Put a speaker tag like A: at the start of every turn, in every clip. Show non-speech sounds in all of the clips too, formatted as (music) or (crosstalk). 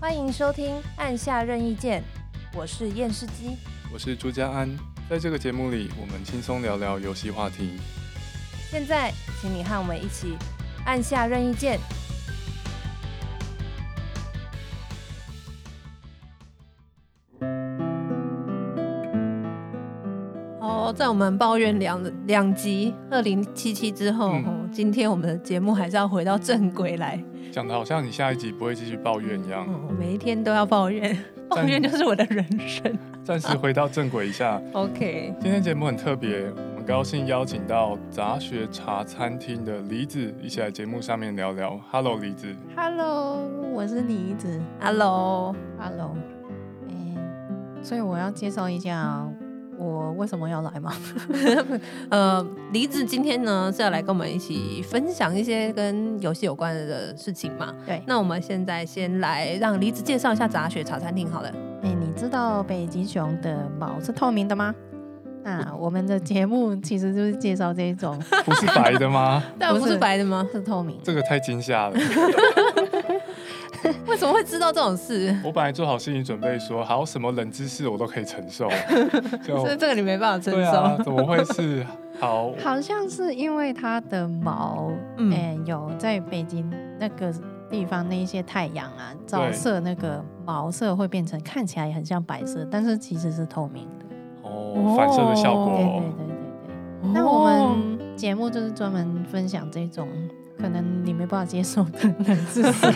A: 欢迎收听《按下任意键》，我是验视机。
B: 我是朱家安，在这个节目里，我们轻松聊聊游戏话题。
A: 现在，请你和我们一起按下任意键。
C: 哦，在我们抱怨两两集二零七七之后、
B: 嗯
C: 哦，今天我们的节目还是要回到正轨来。
B: 讲的好像你下一集不会继续抱怨一样，
C: 哦，每一天都要抱怨， (laughs) 抱怨就是我的人生。
B: 暂时回到正轨一下。
C: OK，
B: 今天节目很特别，我们高兴邀请到杂学茶餐厅的梨子一起来节目上面聊聊。Hello，梨子，
D: Hello，我是妮子。
C: Hello，
D: Hello，嗯，所以我要介绍一下我为什么要来吗？
C: (laughs) 呃，梨子今天呢是要来跟我们一起分享一些跟游戏有关的事情嘛。
D: 对
C: 那我们现在先来让梨子介绍一下杂学茶餐厅好了。
D: 哎、你知道北极熊的毛是透明的吗？那我们的节目其实就是介绍这一种，
B: 不是白的吗？
D: 但
C: 不是白的吗？
D: 是透明的。
B: 这个太惊吓了！
C: 为什么会知道这种事？
B: 我本来做好心理准备说，好什么冷知识我都可以承受，
C: 所以
B: 就
C: 这个你没办法承
B: 哦对
C: 受。
B: 啊，怎么会是好？
D: 好像是因为它的毛，嗯、
C: 嗯
D: 有在北京那个地方那一些太阳啊照
B: 对
D: 射，那个毛色会变成看起来很像白色，但是其实是透明的。
B: 哦，反射的效
D: 对对
B: 果
D: 对，对对。
C: 哦
D: 那我们节目就是专门分享这种可能你没办法接受的冷知识。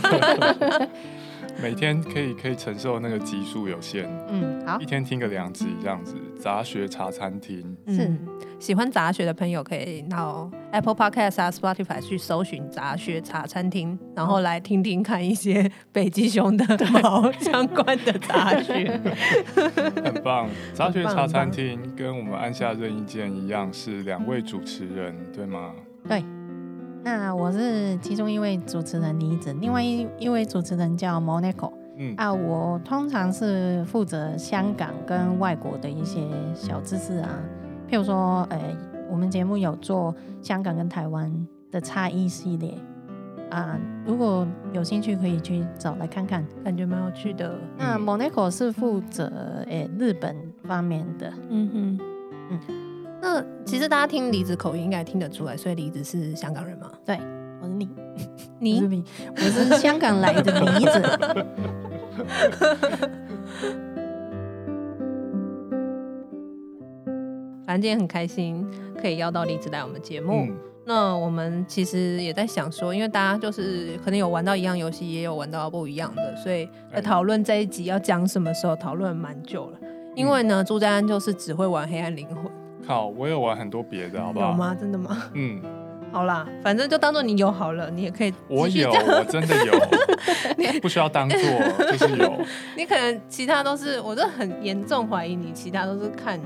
B: 每天可以可以承受的那个集数有限。
D: 嗯，好
B: 一，天听个两集这样子，杂学茶餐厅。
D: 是
C: 嗯，喜欢杂学的朋友可以到 Apple Podcast 啊、Spotify 去搜寻杂学茶餐厅，然后来听听看一些北极熊的毛相关的杂 (laughs) 学。
B: 很棒。杂学
C: 很棒
B: 茶餐厅跟我们按下任意键一样，是两位主持人，对吗？
D: 那我是其中一位主持人李子，另外一一位主持人叫 Monaco
B: 嗯，
D: 啊，我通常是负责香港跟外国的一些小知识啊，譬如说，呃，我们节目有做香港跟台湾的差异系列啊，如果有兴趣可以去找来看看。
C: 感觉蛮有趣的。
D: 那
B: 嗯
D: Monaco 是负责诶、日本方面的，
C: 嗯哼，嗯。那其实大家听梨子口音应该听得出来，所以梨子是香港人吗？
D: 我是你，我是
C: 你
D: 你，我是香港来的
C: (laughs)
D: 梨子。
C: 反正今天很开心可以邀到梨子来我们节目。
B: 嗯，
C: 那我们其实也在想说，因为大家就是可能有玩到一样游戏，也有玩到不一样的，所以在讨论这一集要讲什么时候，讨论蛮久了。因
B: 嗯
C: 为呢，朱家安就是只会玩《黑暗灵魂
B: 靠，我有玩很多别的，好》，不
C: 有
B: 好？
C: 吗？真的吗？ (laughs)
B: 嗯，
C: 好啦，反正就当做你有好了，你也可以
B: 我
C: 继续
B: 有，
C: 讲 (laughs)
B: 我真的有，不需要当做，就是有。
C: 你可能其他都是，我就很严重怀疑你其他都是看，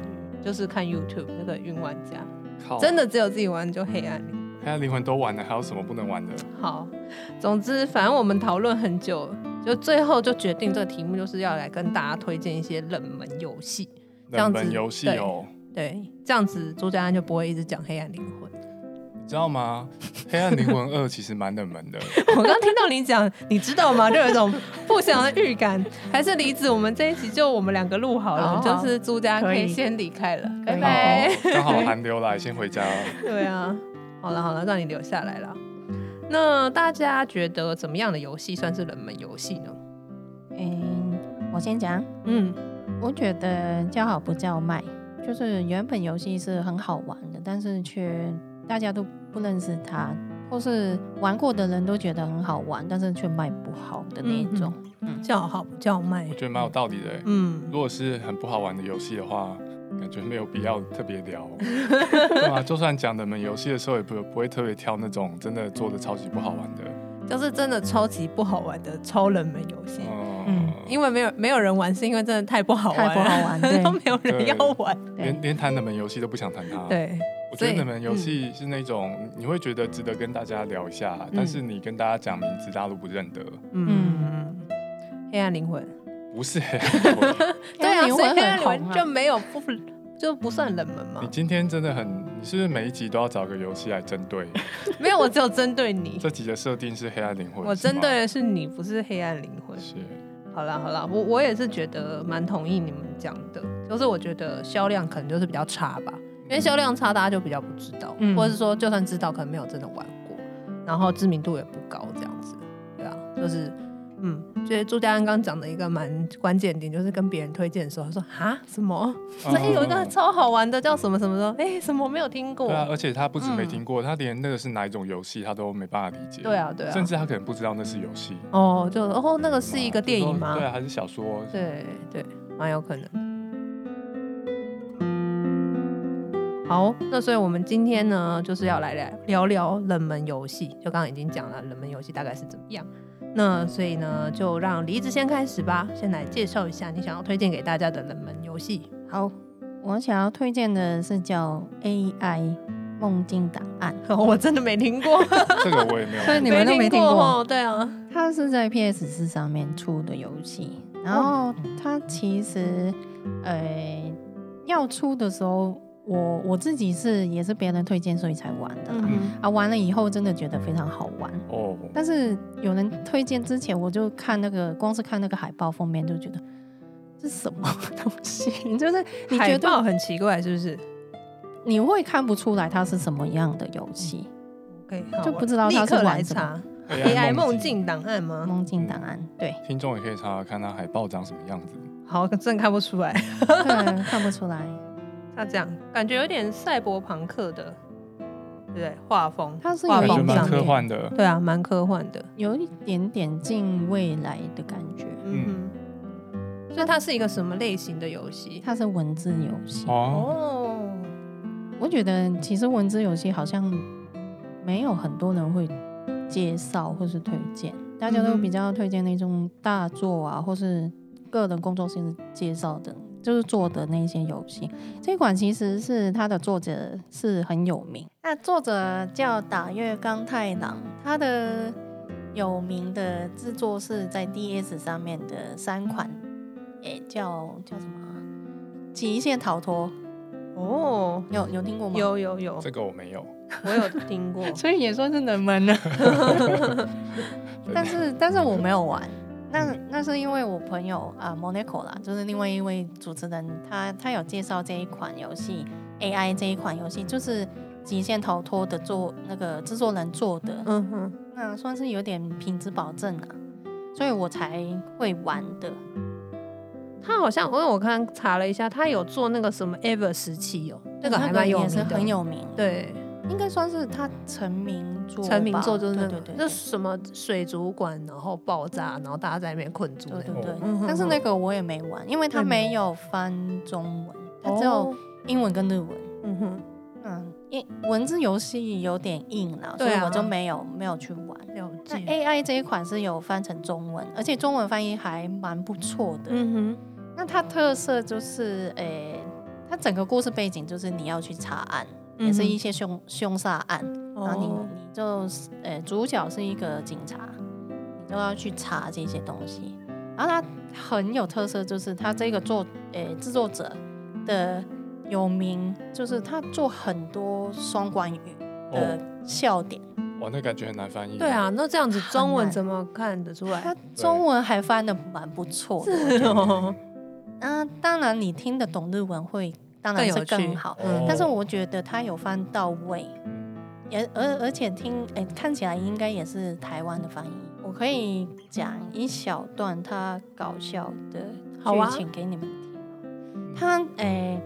C: 就是看 YouTube 那个云玩家，
B: 靠，
C: 真
B: 的，
C: 的只有自己玩就黑暗灵魂。
B: 黑暗灵魂都玩了，还有什么不能玩的？
C: 好，总之反正我们讨论很久，就最后就决定这个题目就是要来跟大家推荐一些冷门游戏。这
B: 冷
C: 样子
B: 门游戏哦，
C: 对，这样子朱家安就不会一直讲黑暗灵 (laughs) 魂。
B: 你知道吗？黑暗灵魂二其实蛮冷门的，
C: 我刚听到你讲，你知道吗？就有一种不祥的预感。还是离子，我们这一集就我们两个录哦好了，
D: 好好
C: 就是朱家安可
D: 可
C: 以
D: 以
C: 先离开了，
D: 可
C: 拜
D: 以
C: 拜。
B: 好刚好寒流来，先回家了。
C: 对 (laughs) 啊，好了好了，让你留下来了。那大家觉得怎么样的游戏算是冷门游戏呢？
D: 嗯，我先讲，
C: 嗯，
D: 我觉得叫好不叫卖，就是原本游戏是很好玩的，但是却大家都不认识它，或是玩过的人都觉得很好玩，但是却卖不好的那
C: 嗯
D: 一种。
C: 叫好不叫卖
B: 我。觉得蛮有道理的欸。
C: 嗯，
B: 如果是很不好玩的游戏的话，感觉没有必
C: 嗯
B: 要特别
C: (laughs)
B: 聊，对啊，就算讲冷门游戏的时候，也不不会特别挑那种真的做的超级不好玩的。
C: 就是真的超级不好玩的超冷门游戏，
B: 嗯
D: 嗯，
C: 因为没有没有人玩，是因为真的太不好玩了，
D: 太
C: (laughs)
D: 不好玩对
C: 都没有人要玩。
B: 嗯
D: 对啊
B: 连连谈冷门游戏都不想谈它。，
C: 对，
B: 我觉
C: 所
B: 得
C: 以嗯
B: 冷门游戏是那种你会觉得值得跟大家聊一下，但是你跟大家讲名字，大家都不认得。
C: 嗯，黑暗灵魂，
B: 不
C: (laughs)
B: 是，
D: 因为
C: 啊，
D: 灵
C: 所以
D: 魂
C: 黑暗
D: 很
C: 灵魂
D: 红
C: 就
D: 啊。
C: 没有不 (laughs) 就不算冷门
B: 你
C: 嘛？
B: 今天真的很，你是不是每一集都要找个游戏来针对？
C: 没有，我 (laughs) 只有针对你，
B: 这集的设定是黑暗灵魂，
C: 我
B: 是吗
C: 针对的是你，不是黑暗灵魂。
B: 是
C: 好啦好啦，我我也是觉得蛮同意你们讲的，就是我觉得销量可能就是比较差吧，因为销量差大家就比较不知道，
D: 嗯
C: 或者是说就算知道，可能没有真的玩过，然后知名度也不高这样子，对啊，就是嗯，觉得朱家安刚讲的一个蛮关键点，就是跟别人推荐的时候，他说哈什
B: 哦
C: 么， (laughs)
B: 嗯
C: 说哎、有一个超好玩的叫什么什么的，哎、什么没有听过，
B: 对啊，而且他不止没
C: 嗯
B: 听过，他连那个是哪一种游戏他都没办法理解。
C: 对啊对啊
B: 甚至他可能不知道那是游戏。
C: 哦，就哦那个是一个电
B: 就
C: 影
B: 说
C: 吗？
B: 对啊，还是小说？
C: 对对，蛮有可能的。好，那所以我们今天呢，就是要来来聊聊冷门游戏。就刚刚已经讲了，冷门游戏大概是怎么样。那所以呢，就让梨子先开始吧，先来介绍一下你想要推荐给大家的冷门游戏。 (laughs)
D: 好，我想要推荐的是叫 AI 梦境档案，
C: 我真的没听过，
B: 这个我
C: (laughs)
B: 也没有看过。
D: 所以你们都没听过
C: 哦 (laughs) 对啊，
D: 它是在 PS 四上面出的游戏，然后它其实呃要出的时候，我我自己是也是别人推荐所以才玩的啦、
C: 嗯，
D: 啊，玩了以后真的觉得非常好玩。
C: (laughs)
B: 哦，
D: 但是有人推荐之前，我就看那个，光是看那个海报封面就觉得这是什么东西， (laughs) 就是你觉
C: 海
D: 得
C: 报很奇怪，是不是
D: 你会看不出来它是什么样的游戏。
C: ？OK，
D: 就不知道
C: 立
D: 它是
C: 刻来
D: 玩什么
C: 查
B: AI
C: 梦
B: 梦
C: 境档案吗？ (laughs)
D: 梦境档案，对
B: 听众也可以查查看他海报长什么样子。
C: 好，真的看不出来。
D: 对，嗯看不出来。
C: 他这样
D: 嗯
C: 感觉有点赛博朋克的，对不对？画风，
D: 它是
C: 画
B: 感
D: 有
B: 觉
C: 风
D: 一
B: 蛮
C: 上
B: 科
C: 面，
B: 幻的。
C: 啊对啊，蛮科幻的，
D: 有一点点近未来的感觉。
C: 嗯哼。所以它是一个什么类型的游戏？
D: 它是文字游戏，
B: 哦，
C: 哦，
D: 我觉得其实文字游戏好像没有很多人会介绍或是推荐，大家都
C: 嗯哼
D: 比较推荐那种大作啊，或是个人工作室介绍的，就是做的那些游戏。这款其实是它的作者是很有名，那作者叫打月刚太郎，他的有名的制作是在 DS 上面的三款，也叫叫什么啊？极限逃脱
C: 哦，
D: 有有听过吗？
C: 有有有，
B: 这个我没有。
C: 我有听
D: (laughs)
C: 过
D: 所以也算是冷门了。 (laughs) 但是但是我没有玩，那那是因为我朋友啊、Monaco 啦，就是另外一位主持人，他他有介绍这一款游戏 AI 这一款游戏，就是《极限逃脱》的做那个制作人做的，
C: 嗯哼，
D: 那算是有点品质保证啊，所以我才会玩的。
C: 他好像，因为我看查了一下，他有做那个什么 Ever 时期哦，那个还蛮有
D: 也
C: 名的，
D: 是很有名，，
C: 对，
D: 应该算是他成名作吧，
C: 成名作就是那
D: 对
C: 个，
D: 对对
C: 那什么水族馆，然后爆炸，然后大家在那边困住
D: 对
C: 那
D: 对
C: 个，
D: 对
C: 嗯，
D: 但是那个我也没玩，因为它没有翻中文，它只有
C: 哦，
D: 英文跟日文。
C: 嗯哼，
D: 嗯，因文字游戏有点硬了，所以
C: 对啊
D: 我就没有没有去玩。
C: 了解，
D: 那 AI 这一款是有翻成中文，而且中文翻译还蛮不错的。
C: 嗯哼。
D: 那它特色就是，诶、它整个故事背景就是你要去查案，
C: 嗯
D: 也是一些凶凶杀案。然后你
C: 哦
D: 你就是呃主角是一个警察，你就要去查这些东西。然后它很有特色，就是它这个作呃制作者的有名，就是他做很多双关语的
B: 哦，
D: 笑点，
B: 哇，那感觉很难翻译。
C: 呃
B: 哦
C: 对啊，那这样子中
D: 很
C: 文
D: 难
C: 怎么看得出来
D: 他？中文还翻的蛮不错的。
B: 对，
C: (laughs)
D: 嗯、当然你听得懂日文会，当
C: 更
D: 然
C: 有
D: 是更
C: 趣
D: 好。
B: 哦
D: 但是我觉得他有翻到位，也而而且听诶、看起来应该也是台湾的翻译。我可以讲一小段他搞笑的
C: 好啊
D: 剧情给你们听。他诶、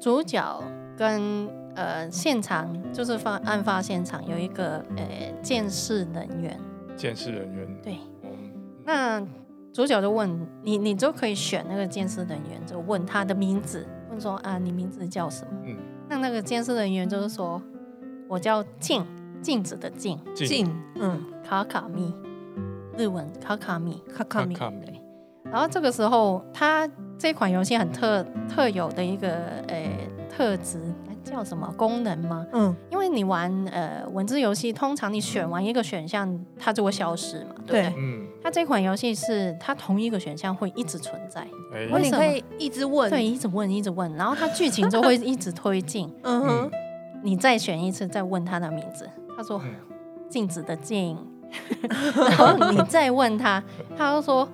D: 主角跟呃现场就是发案发现场有一个呃监视人员，
B: 监视人员。
D: 对，
B: 嗯
D: 那主角就问你，你就可以选那个监视人员，就问他的名字，问说啊，你名字叫什么？
B: 嗯
D: 那那个监视人员就是说，我叫静，镜子的镜，
C: 进，嗯，
D: 卡卡咪，日文卡卡咪。
C: 卡卡
B: 看
C: 米，
B: 看
D: 对然后这个时候，他这款游戏很特特有的一个呃特质，哎叫什么功能吗？
C: 嗯，
D: 因为你玩呃文字游戏，通常你选完一个选项，它就会消失嘛，对不对？
C: 对
B: 嗯，
D: 它这款游戏是它同一个选项会一直存在，
B: 哎，
C: 哦
D: 为
C: 你
D: 什么
C: 可以一直问，
D: 对，一直问，一直问，然后它剧情就会一直推进，
C: 嗯
B: 嗯
C: 哼，
D: 你再选一次，再问它的名字。他说
B: 嗯：“
D: 镜子的镜，然后你再问他，他就说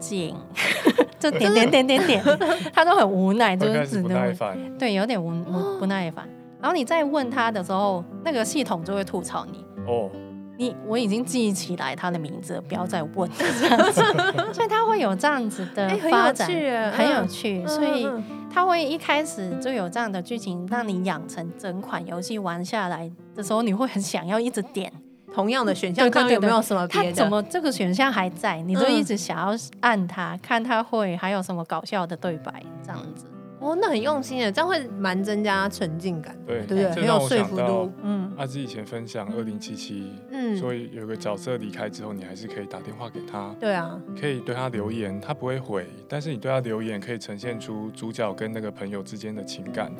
D: 井， (laughs) 就点点点点点，他都很无奈，就
B: 会开
D: 是
B: 始
D: 只
B: 不耐
D: 能
B: 烦，
D: 对，有点无无不耐烦。然后你再问他的时候，那个系统就会吐槽你。
B: 哦，
D: 你我已经记起来他的名字，不要再问
A: (laughs)
D: 这样子， (laughs) 所以他会有这样子的
A: 哎很有
D: 发展，
A: 趣耶
D: 很有
A: 嗯
D: 趣，
A: 嗯
D: 所以
A: 嗯
D: 他会一开始就有这样的剧情，让你养成整款游戏玩下来的时候，你会很想要一直点
C: 同样的选项，
D: 对对
C: 看看有没
D: 对
C: 有什么别
D: 他
C: 的？
D: 怎么这个选项还在，你就
C: 嗯
D: 一直想要按它，看它会还有什么搞笑的对白这样子。
C: 哦，那很用心耶，这样会蛮增加沉浸感，
B: 对
C: 对不对？
B: 这
C: 很
B: 让
C: 有
B: 我
C: 说
B: 想
C: 服
B: 到
C: 度，
D: 嗯，
B: 阿志以前分享二零七七，
C: 嗯，
B: 所以有个角色离开之后，你还是可以打电话给他，
C: 对啊，
B: 可以对他留言，他不会回，但是你对他留言可以呈现出主角跟那个朋友之间的情感。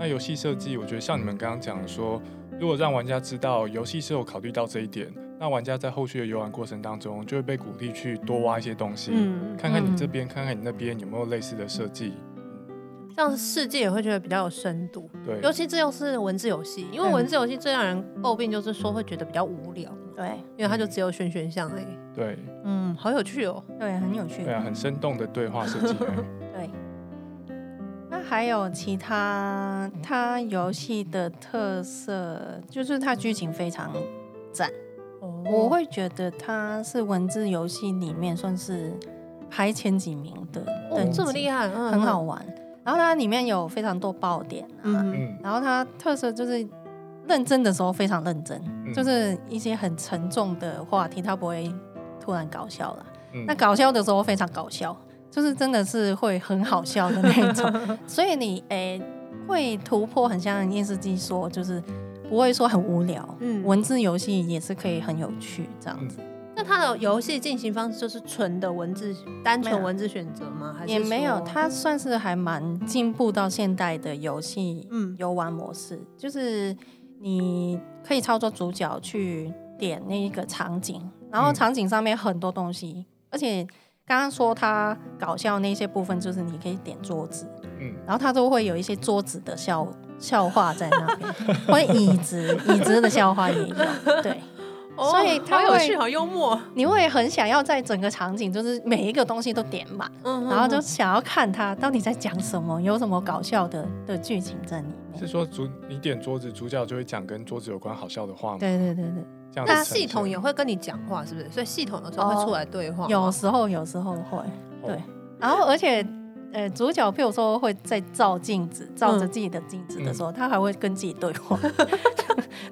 B: 那游戏设计，我觉得像你们刚刚讲说，如果让玩家知道游戏是有考虑到这一点，那玩家在后续的游玩过程当中就会被鼓励去多挖一些东西，
C: 嗯，
B: 看看你
D: 嗯
B: 这边，看看你那边有没有类似的设计。
C: 这样世界也会觉得比较有深度。
B: 对，
C: 尤其这又是文字游戏，因为
D: 嗯
C: 文字游戏最让人诟病就是说会觉得比较无聊，
A: 嗯
D: 对，
C: 因为它就只有选选项而已。
B: 对，
C: 嗯，好有趣哦。
D: 对，很有趣。
B: 对啊，很生动的对话设计。哎
D: 对。那还有其他它游戏的特色，就是它剧情非常，
C: 哦
D: 我会觉得它是文字游戏里面算是排前几名的
C: 哦
D: 等级，
C: 这么厉害，嗯
D: 很好。玩。然后它里面有非常多爆点啊，
C: 嗯，
B: 嗯，
D: 然后它特色就是认真的时候非常认真，
B: 嗯
D: 就是一些很沉重的话题，它不会突然搞笑了。
B: 嗯
D: 那搞笑的时候非常搞笑，就是真的是会很好笑的那一
B: (laughs)
D: 种。所以你诶、会突破，很像电视机说，就是不会说很无聊。
C: 嗯
D: 文字游戏也是可以很有趣这样
B: 嗯
D: 子，
C: 那它的游戏进行方式就是纯的文字，单
D: 没
C: 纯
D: 有
C: 文字选择吗？还是
D: 也没有，
C: 说
D: 它算是还蛮进步到现代的游戏
C: 嗯
D: 游玩模式，就是你可以操作主角去点那一个场景，然后
B: 嗯
D: 场景上面很多东西，而且刚刚说它搞笑那些部分，就是你可以点桌子，
B: 嗯
D: 然后它都会有一些桌子的笑笑话在那 (laughs) 边，或者椅子椅子的笑话也有，对。
C: 哦
D: 所以它
C: 好有
D: 会
C: 趣，好幽默。
D: 你会很想要在整个场景，就是每一个东西都点满，
C: 嗯
D: 然后就
C: 嗯
D: 想要看他到底在讲什么，有什么搞笑的的剧情在里面
B: 是。说主你点桌子，主角就会讲跟桌子有关好笑的话吗？
D: 对对对对，
B: 这
C: 那
B: 样子呈现
C: 系统也会跟你讲话，是不是？所以系统有时候会出来对话。
D: 哦有时候有时候会，
B: 哦
D: 对然后而且呃，主角譬如说会在照镜子，照
B: 嗯
D: 着自己的镜子的时候，他还会跟自己对话， (laughs)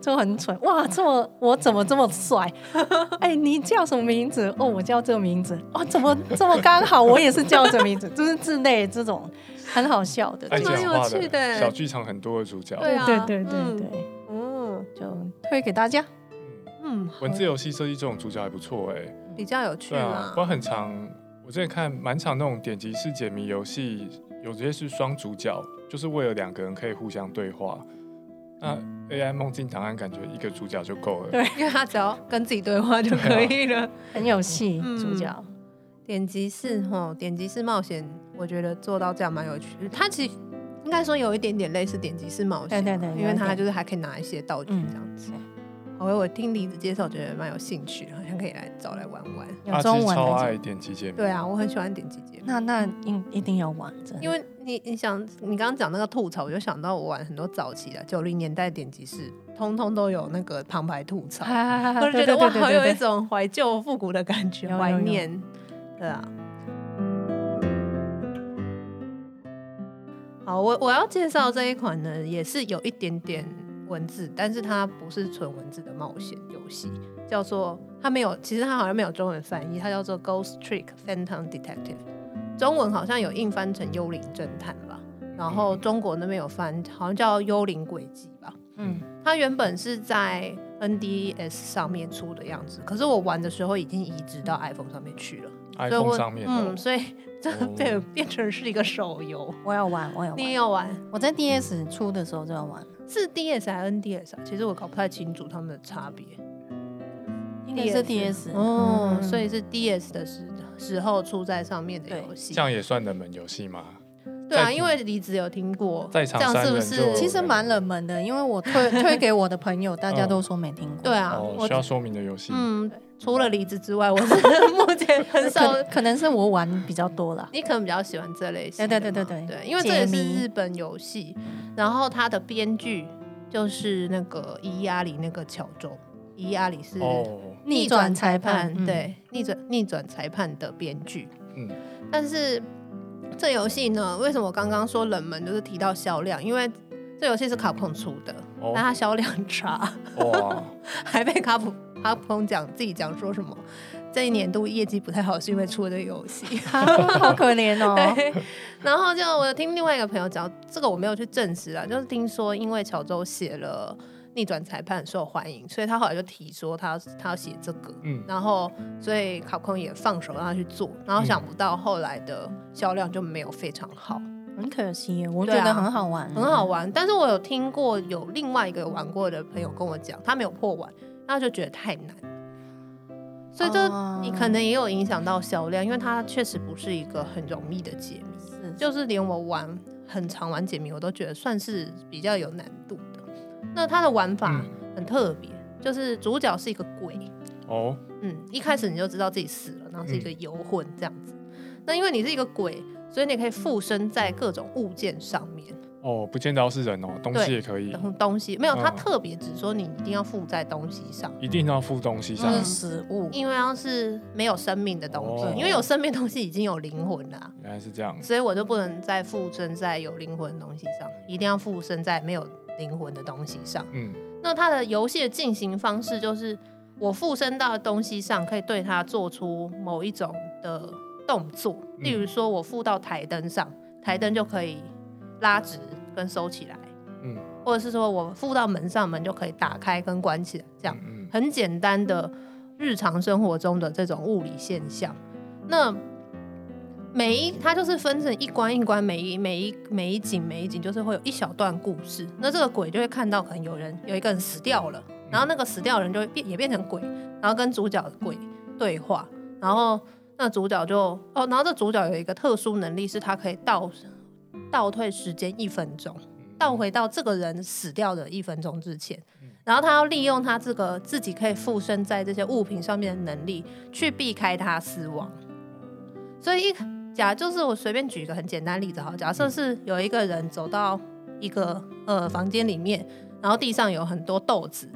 D: 就很蠢。哇，这么我怎么这么帅？哎，你叫什么名字？哦，我叫这个名字。哇，怎么这么刚好？我也是叫这个名字，就是之类这种很好笑的。
B: 爱
D: 对
B: 讲
C: 蛮有
B: 话
C: 趣的
B: 小剧场很多的主角。
C: 对啊
D: 对对对
C: 嗯
D: 对，
C: 嗯
D: 就推给大家。
C: 嗯，
B: 文字游戏设计这种主角还不错哎、
C: 比较有趣
B: 对啊
C: 啦，
B: 不。然很长。我之前看蛮长那种点击式解谜游戏，有些是双主角，就是为了两个人可以互相对话。那
C: 嗯
B: AI 梦境档案感觉一个主角就够了。
D: 对
C: 因为他只要跟自己对话就可以了。
D: 很有戏，
C: 嗯
D: 主角。
C: 点击式
D: 嗯
C: 吼，点击式冒险，我觉得做到这样蛮有趣。它其实应该说有一点点类似点击式冒险，
D: 对对对有一
C: 因为它
D: 点
C: 就是还可以拿一些道具
D: 嗯
C: 这样子。好，我听李子介绍，觉得蛮有兴趣，好像可以来找来玩玩。
D: 有
B: 阿志
D: 中文
B: 超
D: 的，
B: 爱点击解谜，
C: 对啊，我很喜欢点击节目，
D: 那那一一定要玩，真的。
C: 因为你你想，你刚刚讲那个吐槽，我就想到我玩很多早期的九零年代点击式，通通都有那个旁白吐槽。
D: 啊
C: 我就觉得哇，好有一。
D: 对对对对对对
C: 种怀旧复古的感觉，
D: 有
C: 怀
D: 有有
C: 念，对啊。好，我我要介绍这一款呢，也是有一点点文字，但是它不是纯文字的冒险游戏，叫做它没有，其实它好像没有中文翻译，它叫做 Ghost Trick Phantom Detective，中文好像有硬翻成幽灵侦探吧，然后中国那边有翻，好像叫幽灵轨迹吧。
D: 嗯，
C: 它原本是在 NDS 上面出的样子，可是我玩的时候已经移植
D: 嗯
C: 到 iPhone 上面去了，所以我
B: ，iPhone 上面
C: 嗯，
B: 的
C: 所以这 (laughs)
B: 哦
C: 变、变成是一个手游。
D: 我要玩，我要
C: 你也
D: 玩。
C: 有玩
D: 我在 DS 出的时候就要玩，
C: 是 DS 还是 NDS 啊？其实我搞不太清楚他们的差别。
D: 应该是 DS。
C: 哦，
D: 嗯
C: 所以是 DS 的时时候出在上面的游戏
B: 这。样也算冷门游戏吗？
C: 对啊，
B: 在
C: 因为离子有听过，
B: 在场
C: 这样
B: 三
C: 是不？
B: 人就是
D: 其实蛮冷门的，因为我推 (laughs) 推给我的朋友，大家
B: 嗯
D: 都说没听过。
C: 对啊，
B: 哦，
C: 我
B: 需要说明的游戏。
C: 嗯，除了离子之外，我是 (laughs) 目前 (laughs) 很少，
D: 可可能是我玩比较多啦。
C: 你可能比较喜欢这类型的嘛。
D: 对对对对对
C: 因为这也是
D: 解谜
C: 日本游戏，然后它的编剧就是那个伊阿里那个巧周，伊阿里是
B: 哦，
D: 逆转裁判
C: 逆
D: 嗯
C: 转裁，对，逆转逆转裁判的编剧。
B: 嗯，
C: 但是这游戏呢，为什么我刚刚说冷门，就是提到销量，因为这游戏是卡普空出的，
B: 哦
C: 但它销量差， (laughs)
B: 哇，
C: 还被卡普卡普空讲自己讲说什么，这一年度业绩不太好，是因为出了这个游戏。
D: 嗯， (laughs) 好可怜哦。
C: (laughs) 对，然后就我听另外一个朋友讲，这个我没有去证实啊，就是听说因为乔周写了《逆转裁判》很受欢迎，所以他后来就提说他他要写这个，
B: 嗯，
C: 然后所以卡普空也放手让他去做，然后
D: 嗯
C: 想不到后来的销量就没有非常好，
D: 很可惜耶，我觉
C: 对啊
D: 得很好玩，
C: 很好。玩。但是我有听过有另外一个有玩过的朋友跟我讲，他没有破完，他就觉得太难。所以就
D: 哦
C: 你可能也有影响到销量，因为它确实不是一个很容易的解谜。
D: 是
C: 就是连我玩很常玩解谜，我都觉得算是比较有难度的。那它的玩法
B: 嗯
C: 很特别，就是主角是一个鬼，
B: 哦，
C: 嗯，一开始你就知道自己死了，然后是一
B: 嗯
C: 个游魂这样子。那因为你是一个鬼，所以你可以附身在各种物件上面，
B: 哦，不见得要是人哦，东西也可以
C: 然，后东西没有，它
B: 嗯
C: 特别只说你一定要附在东西上。
B: 一定要附东西上
D: 就
C: 嗯
D: 是。食物，
C: 因为要是没有生命的东西，
B: 哦
C: 因为有生命的东西已经有灵魂了啊、
B: 原来是这样，
C: 所以我就不能再附身在有灵魂的东西上，一定要附身在没有灵魂的东西上。
B: 嗯，
C: 那它的游戏的进行方式就是，我附身到的东西上，可以对它做出某一种的动作，例如说我附到台灯上，台灯就可以拉直跟收起来，
B: 嗯，
C: 或者是说我附到门上，门就可以打开跟关起来，这样。
B: 嗯，
C: 很简单的日常生活中的这种物理现象。那每一它就是分成一关一关，每一每一每一景每一景就是会有一小段故事。那这个鬼就会看到，可能有人有一个人死掉了，然后那个死掉的人就会变也变成鬼，然后跟主角的鬼对话，然后那主角就哦，然后这主角有一个特殊能力是他可以倒倒退时间一分钟。倒回到这个人死掉的一分钟之前，然后他要利用他这个自己可以附身在这些物品上面的能力，去避开他死亡。所以一假就是我随便举一个很简单的例子好了，假设是有一个人走到一个呃房间里面，然后地上有很多豆子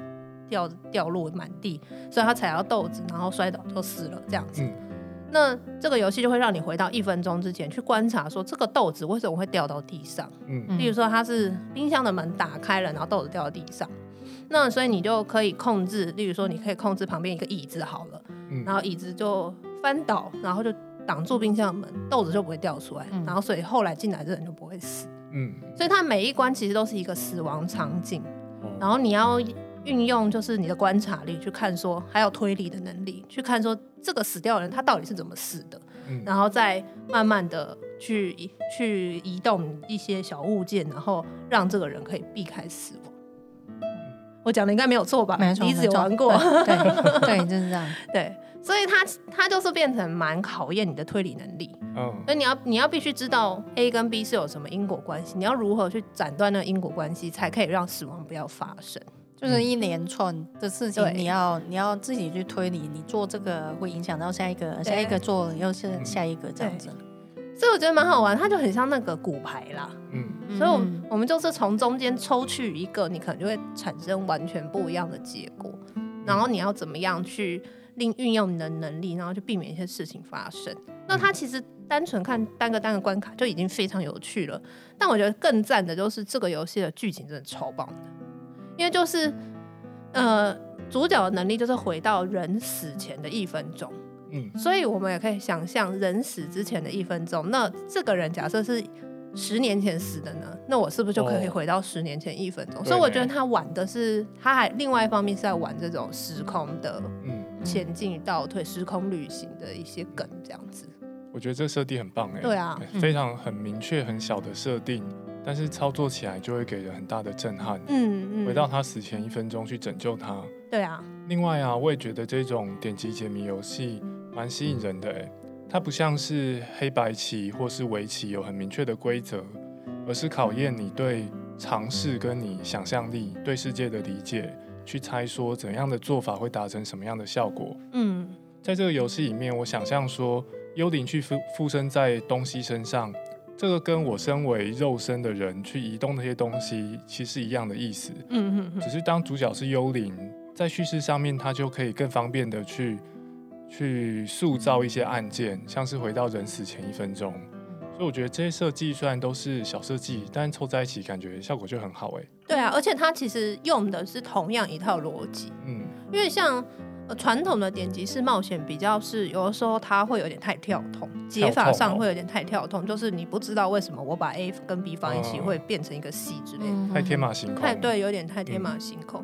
C: 掉掉落满地，所以他踩到豆子，然后摔倒就死了这样子。
B: 嗯
C: 那这个游戏就会让你回到一分钟之前去观察，说这个豆子为什么会掉到地上。
B: 嗯，
D: 嗯
C: 例如说它是冰箱的门打开了，然后豆子掉到地上，那所以你就可以控制，例如说你可以控制旁边一个椅子好了，
B: 嗯
C: 然后椅子就翻倒，然后就挡住冰箱的门，豆子就不会掉出来，
D: 嗯
C: 然后所以后来进来的人就不会死。
B: 嗯，
C: 所以它每一关其实都是一个死亡场景，
B: 哦
C: 然后你要运用就是你的观察力去看说，还有推理的能力去看说这个死掉的人他到底是怎么死的，
B: 嗯
C: 然后再慢慢的去移去移动一些小物件，然后让这个人可以避开死亡。我讲的应该没有错吧？
D: 没错，
C: 你只有
D: 没错
C: 玩过，
D: 对对 (laughs) 对，就是这样。
C: (laughs) 对，所以它它就是变成蛮考验你的推理能力。
B: 嗯
C: 所以你要你要必须知道 A 跟 B 是有什么因果关系，你要如何去斩断那个因果关系，才可以让死亡不要发生。
D: 就是一连串的事情
C: 嗯对，
D: 你要你要自己去推理，你做这个会影响到下一个，下一个做又
B: 嗯
D: 是下一个这样子。
C: 所以我觉得蛮好玩，它就很像那个骨牌啦。
B: 嗯，
D: 嗯
C: 所以我们，我们就是从中间抽取一个，你可能就会产生完全不一样的结果。然后你要怎么样去令运用你的能力，然后去避免一些事情发生。那它其实单纯看单个单个关卡就已经非常有趣了。但我觉得更赞的就是这个游戏的剧情真的超棒的，因为就是呃主角的能力就是回到人死前的一分钟。
B: 嗯，
C: 所以我们也可以想象人死之前的一分钟，那这个人假设是十年前死的呢，那我是不是就可以
B: 哦
C: 回到十年前一分钟？
B: 对
C: 所以我觉得
B: 呢
C: 他玩的是，他还另外一方面是在玩这种时空的
B: 嗯，
C: 前进与倒退、时空旅行的一些梗这样子。
B: 我觉得这设定很棒哎，
C: 对啊，
D: 嗯
B: 非常很明确很小的设定，但是操作起来就会给人很大的震撼。
C: 嗯嗯，
B: 回到他死前一分钟去拯救他。
C: 对啊，
B: 另外啊，我也觉得这种点击解谜游戏蛮吸引人的哎，它不像是黑白棋或是围棋有很明确的规则，而是考验你对尝试跟你想象力、对世界的理解，去猜说怎样的做法会达成什么样的效果。
C: 嗯，
B: 在这个游戏里面，我想象说幽灵去附附身在东西身上，这个跟我身为肉身的人去移动那些东西其实是一样的意思。
C: 嗯嗯
B: 只是当主角是幽灵，在叙事上面，他就可以更方便的去去塑造一些案件，像是回到人死前一分钟。所以我觉得这些设计虽然都是小设计，但凑在一起感觉效果就很好哎、
C: 对啊，而且它其实用的是同样一套逻辑，
B: 嗯，
C: 因为像呃传统的典籍式冒险比较是，有的时候它会有点太跳痛，哦解法上会有点太跳痛，就是你不知道为什么我把 A 跟 B 放一起
B: 嗯
C: 会变成一个 C 之类的，
D: 嗯
B: 太天马行空。
C: 太，对，有点太天马行空。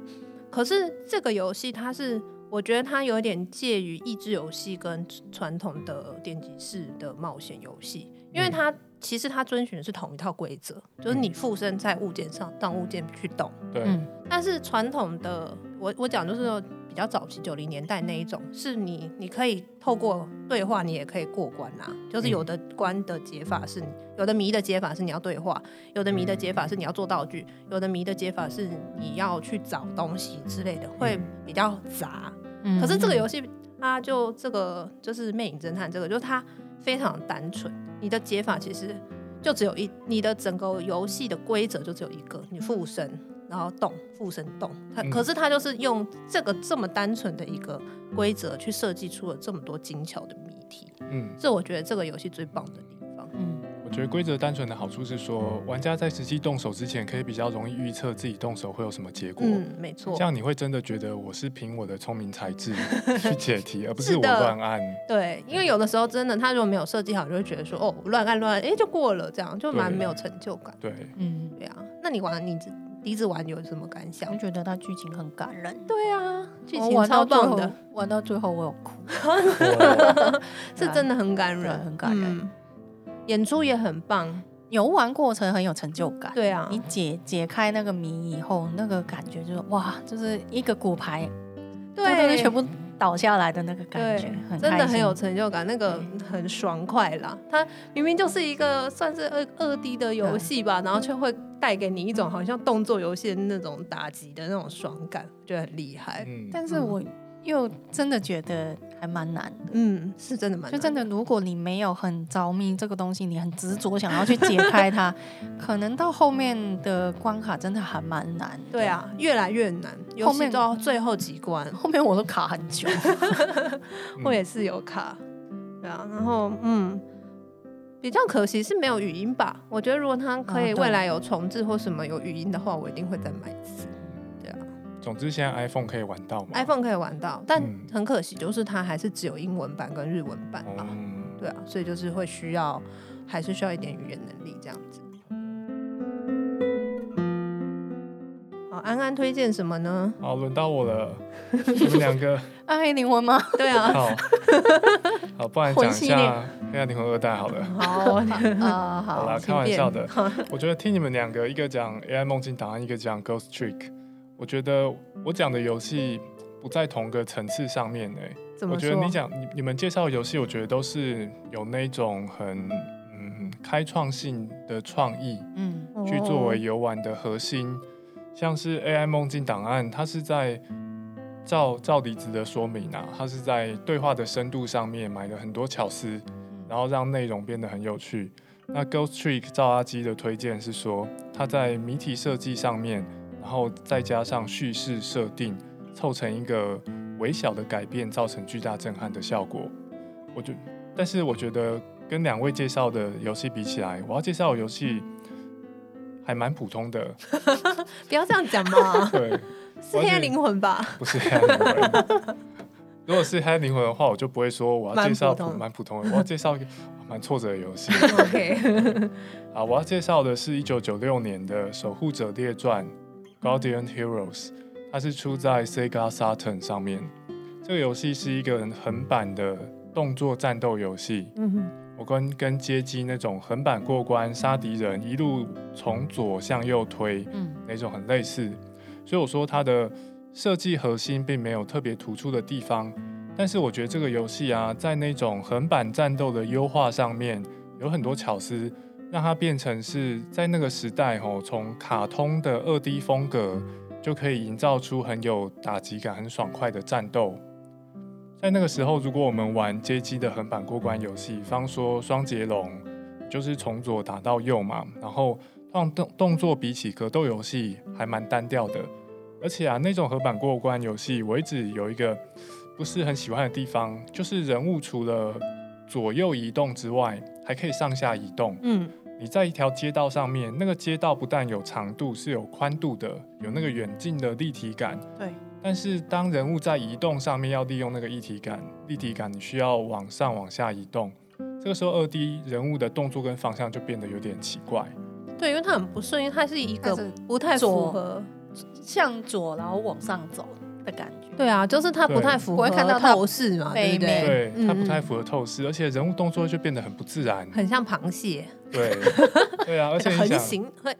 C: 可是这个游戏它是，我觉得它有点介于益智游戏跟传统的电击式的冒险游戏，因为
B: 嗯
C: 它其实它遵循的是同一套规则，就是你附身在物件上，让物件去动。
B: 对，
D: 嗯
C: 但是传统的，我我讲就是说比较早期九零年代那一种，是你你可以透过对话，你也可以过关啦、就是有的关的解法是，有的谜的解法是你要对话，有的谜的解法是你要做道具，有的谜的解法是你要去找东西之类的，会比较杂。
D: 嗯
C: 可是这个游戏，它就这个就是《魅影侦探》这个，就是它非常单纯，你的解法其实就只有一，你的整个游戏的规则就只有一个，你附身然后动，附身动。它、
B: 嗯
C: 可是它就是用这个这么单纯的一个规则去设计出了这么多精巧的谜题，
B: 嗯，
C: 这我觉得这个游戏最棒的地方。
D: 嗯
B: 我觉得规则单纯的好处是说，玩家在实际动手之前，可以比较容易预测自己动手会有什么结果。
C: 嗯，没错
B: 这，样你会真的觉得我是凭我的聪明才智去解题，而不是
C: 是
B: 我
C: 的
B: 乱按。
C: 对，因为有的时候真的，他如果没有设计好，就会觉得说哦乱按乱按，哎、就过了，这样就蛮
B: 对
C: 没有成就感。
B: 对，
D: 嗯，
C: 对啊，那你玩你笛子玩有什么感
D: 我
C: 想？
D: 觉得它剧情很感人，
C: 对啊，剧
D: 我
C: 情
D: 玩
C: 超
D: 到
C: 棒
D: 最后
C: 的，，
D: 玩到最后我有哭，
B: 我
C: 是真的很感
D: 对
C: 人，
D: 很感人
C: 嗯演出也很棒，
D: 游玩过程很有成就感。
C: 对啊
D: 你，解解开那个谜以后，那个感觉就是哇，就是一个骨牌，
C: 对，
D: 就是全部倒下来的那个感
C: 对
D: 觉，很
C: 真的
D: 开
C: 很
D: 心
C: 有成就感，那个很爽快啦。它明明就是一个算是二二 D 的游戏吧，然后却会带给你一种好像动作游戏的那种打击的那种爽感，觉得很厉害。
B: 嗯，
D: (laughs) 但是我又真的觉得还蛮难的。
C: 嗯，是真的蛮
D: 就真
C: 的
D: 的，如果你没有很着迷这个东西，你很执着想要去解开它，可能到后面的关卡真的还蛮难。
C: 对，啊，越来越难，尤
D: 后
C: 其
D: 面
C: 到最后几关，
D: 后面我都卡很久。
B: 嗯
C: 我也是有卡，对啊，然后嗯，比较可惜是没有语音吧。我觉得如果它可以
D: 啊对
C: 未来有重置或什么有语音的话，我一定会再买一次。对啊
B: 总之现在 iPhone 可以玩到嘛
C: ，iPhone 可以玩到，但
B: 嗯
C: 很可惜就是它还是只有英文版跟日文版嘛。
B: 嗯，
C: 对啊，所以就是会需要，还是需要一点语言能力这样子。好，安安推荐什么呢？
B: (laughs) 好，轮到我了，你们两个
D: 暗黑灵
C: (laughs)
D: 魂吗？
C: 对啊，
B: 好，好，不然讲一
D: 魂系列
B: 下《黑暗灵魂二代》好了。 (laughs)
C: 好， (laughs)
D: 啊，
B: 好啦，
D: 好，
B: 开玩笑的。我觉得听你们两个，一个讲 AI 梦境档案，一个讲 Ghost Trick，我觉得我讲的游戏不在同个层次上面诶、
C: 怎
B: 我
C: 么
B: 觉得
C: 说
B: 你？讲你你们介绍的游戏，我觉得都是有那种很嗯开创性的创意，
D: 嗯
B: 去作
C: 哦
B: 为游玩的核心。像是 AI 梦境档案，它是在照照离子的说明啊，它是在对话的深度上面买了很多巧思，然后让内容变得很有趣。那 Ghost Trick 赵阿基的推荐是说，它在谜题设计上面，然后再加上叙事设定，凑成一个微小的改变，造成巨大震撼的效果。我觉，但是我觉得跟两位介绍的游戏比起来，我要介绍的游戏还蛮普通的。，
C: 不要这样讲嘛
B: 对，
C: 哦是黑暗灵魂吧？
B: (laughs) 不是黑暗灵魂。如果是黑暗灵魂的话，我就不会说我要介
C: 蛮普
B: 绍
C: 通的
B: 蛮普通的，我要介绍一个蛮挫折的游戏。
C: OK，
B: 啊，我要介绍的是一九九六年的《守护者列传》（Guardian Heroes），它是出在 Sega Saturn 上面。这个游戏是一个横版的动作战斗游戏，
C: 嗯
B: 我跟跟街机那种横版过关杀敌人，一路从左向右推
D: (laughs) 嗯
B: 那种很类似。所以我说它的设计核心并没有特别突出的地方，但是我觉得这个游戏啊，在那种横版战斗的优化上面有很多巧思，让它变成是在那个时代吼、从卡通的二 D 风格就可以营造出很有打击感、很爽快的战斗。在那个时候，如果我们玩街机的横版过关游戏，比方说双截龙，就是从左打到右嘛，然后动动动作比起格斗游戏还蛮单调的。而且啊，那种横版过关游戏，我一直有一个不是很喜欢的地方，就是人物除了左右移动之外，还可以上下移动。
C: 嗯，
B: 你在一条街道上面，那个街道不但有长度，是有宽度的，有那个远近的立体感。
C: 对。
B: 但是当人物在移动上面要利用那个一体感，立体感你需要往上往下移动，这个时候二 D 人物的动作跟方向就变得有点奇怪。
C: 对，因为它很不顺，因为它是一个
D: 它是
C: 不太符
D: 左
C: 合。
D: 向左然后往上走的感觉。
C: 对啊，就是它不太符
D: 我
C: 合
D: 会看到它
C: 透视嘛，对
D: 背
C: 不
D: 面
C: 对？
B: 对，它不太
C: 嗯
B: 符合透视，而且人物动作就变得很不自然。
C: 很像螃蟹， (laughs)
B: 对，对啊，而且
C: 那个
B: 你
C: 横
B: 想，
C: 行，会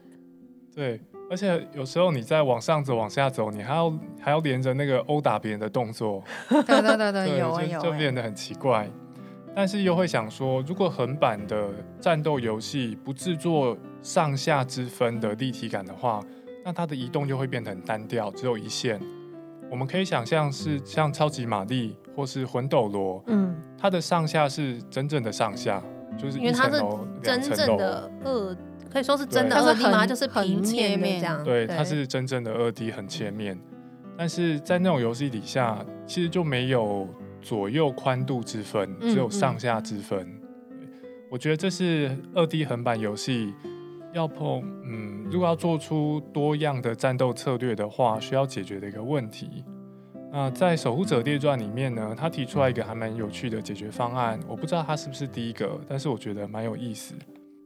B: 对，而且有时候你在往上走、往下走，你还要还要连着那个殴打别人的动作，
D: 对对对
C: 哎
D: 对，
B: (laughs) 对，
D: 有啊
B: 就
D: 有
B: 就
D: 啊。
B: 变得很奇怪。但是又会想说，如果横版的战斗游戏不制作上下之分的立体感的话，那它的移动就会变得很单调，只有一线。我们可以想象是像超级玛丽或是魂斗罗，
C: 嗯，
B: 它的上下是真正的上下，就是
C: 因
B: 一
C: 为它
B: 层
C: 是
B: 楼、
C: 真
B: 两层
C: 正
B: 楼。
C: 的二，可以说是真的
B: 对
C: 二 D 吗？
D: 它是
C: 就是
D: 横
C: 平面
D: 横切
C: 的
D: 面
C: 这样，
B: 对，它是真正的二 D 很切面，但是在那种游戏底下，其实就没有左右宽度之分，
C: 嗯
B: 只有上下之分。对我觉得这是二 D 横版游戏要碰，嗯，如果要做出多样的战斗策略的话，需要解决的一个问题。那在《守护者列传》里面呢，他提出来一个还蛮有趣的解决方案，我不知道他是不是第一个，但是我觉得蛮有意思。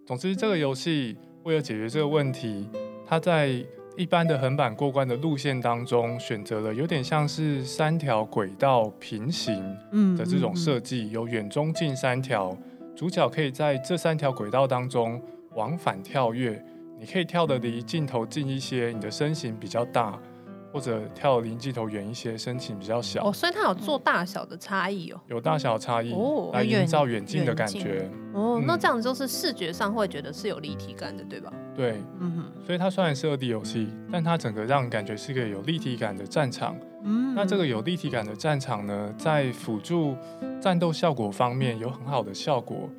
B: 总之，这个游戏为了解决这个问题，它在一般的横版过关的路线当中，选择了有点像是三条轨道平行
C: 嗯
B: 的这种设计，有远、中、近三条，主角可以在这三条轨道当中往返跳跃。你可以跳得离镜头近一些，你的身形比较大；或者跳得离镜头远一些，身形比较小。
C: 哦，所以它有做大小的差异哦。
B: 有大小差异，
C: 哦
B: 来营
D: 远
B: 造远近的感
D: 近
B: 觉。
C: 哦
B: 嗯，
C: 那这样就是视觉上会觉得是有立体感的，对吧？
B: 对，
C: 嗯
B: 所以它虽然是二 D 游戏，但它整个让你感觉是个有立体感的战场。
C: 嗯
B: 那这个有立体感的战场呢，在辅助战斗效果方面有很好的效果，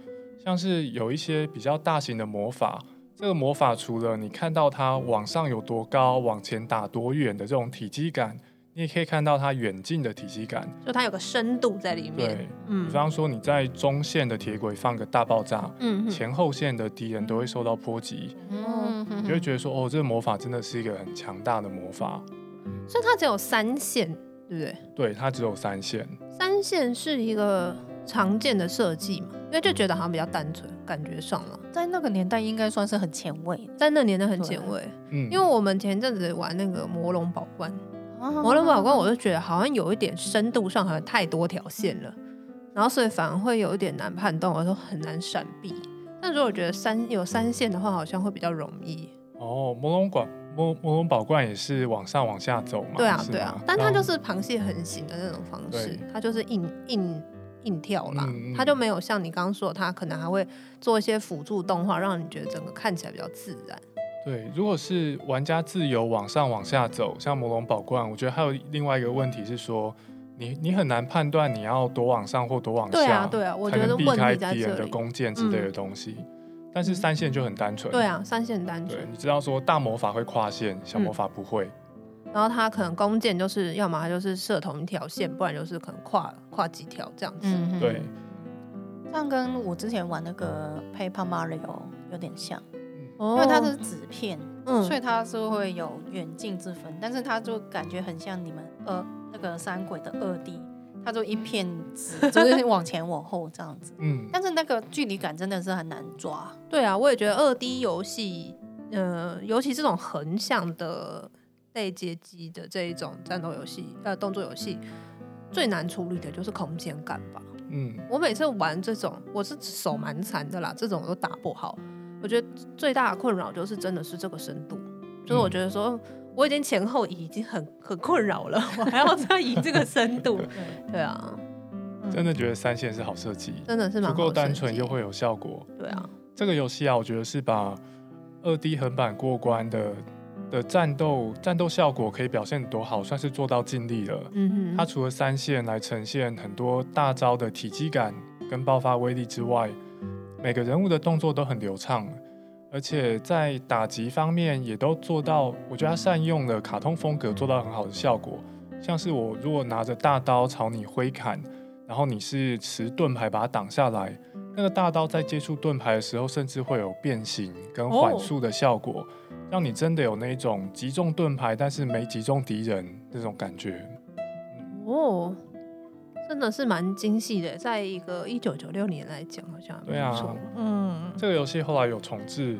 B: 像是有一些比较大型的魔法，这个魔法除了你看到它往上有多高、往前打多远的这种体积感，你也可以看到它远近的体积感。
C: 就它有个深度在里面，
B: 对，比
C: 嗯
B: 方说你在中线的铁轨放个大爆炸，
C: 嗯嗯
B: 前后线的敌人都会受到波及，
D: 嗯，嗯
B: 你就会觉得说，哦，这个魔法真的是一个很强大的魔法。
C: 所以它只有三线，对不对？
B: 对，它只有三线。
C: 三线是一个常见的设计嘛，因为就觉得好像比较单纯，感觉上了，
D: 在那个年代应该算是很前卫的。
C: 在那年代很
D: 对
C: 前卫。
B: 嗯，
C: 因为我们前阵子玩那个魔龙宝冠，魔
D: 摩
C: 龙宝冠我就觉得好像有一点深度上好像太多条线了，然后所以反而会有一点难判断，我说很难闪避。但如果我觉得三有三线的话，好像会比较容易。
B: 哦，魔龙馆魔魔龙宝冠也是往上往下走嘛？
C: 对啊，
B: 是
C: 对啊
B: 吗，
C: 但它
B: 然后
C: 就是螃蟹横行的那种方式
B: 对，
C: 它就是硬硬硬跳啦
B: 嗯嗯，
C: 它就没有像你刚刚说的，它可能还会做一些辅助动画，让你觉得整个看起来比较自然。
B: 对，如果是玩家自由往上往下走，像魔龙宝冠，我觉得还有另外一个问题是说，你你很难判断你要多往上或多往下，
C: 对啊，对啊，我
B: 才
C: 觉
B: 能
C: 得
B: 避
C: 问
B: 开
C: 题在
B: 敌人
C: 这
B: 的
C: 里。
B: 弓箭之类的
C: 嗯
B: 东西。但是三线就很单纯，
C: 对啊，三线单
B: 对，
C: 纯，
B: 你知道说大魔法会跨线，小
C: 嗯
B: 魔法不会。
C: 然后它可能弓箭就是要么它就是射同一条线，不然就是可能跨跨几条这样子。
D: 嗯，嗯
B: 对，，
D: 这样跟我之前玩那个 Paper Mario 有点像，
C: 因
D: 因为它是纸片，
C: 哦嗯
D: 所以它是会有远近之分，但是它就感觉很像你们二那个三鬼的二 D，它就一片纸，就是 (laughs) 往前往后这样子。
B: 嗯，
D: 但是那个距离感真的是很难抓，
C: 对啊，我也觉得二 D 游戏，呃，尤其这种横向的类街机的这一种战斗游戏，呃，动作游戏最难处理的就是空间感吧。
B: 嗯，
C: 我每次玩这种，我是手蛮残的啦，这种我都打不好。我觉得最大的困扰就是真的是这个深度，就是我觉得说。
B: 嗯
C: 我已
B: (laughs)
C: 经前后移已经很很困扰了，我还要再移这个深度，对啊，
D: 嗯
B: 真的觉得三线是好设计，
C: 真的是蛮
B: 足
C: 好
B: 够单
C: 设
B: 纯
C: 计
B: 又会有效果。
C: 对啊，
B: 这个游戏啊，我觉得是把二 D 横版过关的的战斗战斗效果可以表现得多好，算是做到尽力了。
C: 嗯
B: 它除了三线来呈现很多大招的体积感跟爆发威力之外，每个人物的动作都很流畅，而且在打击方面也都做到，我觉得它善用了卡通风格，做到很好的效果。像是我如果拿着大刀朝你挥砍，然后你是持盾牌把它挡下来，那个大刀在接触盾牌的时候，甚至会有变形跟缓速的效果，让你真的有那种击中盾牌但是没击中敌人那种感觉。
C: 哦，真的是蛮精细的，在一个一九九六年来讲，好像还
B: 对啊
C: 不错。嗯，
B: 这个游戏后来有重置，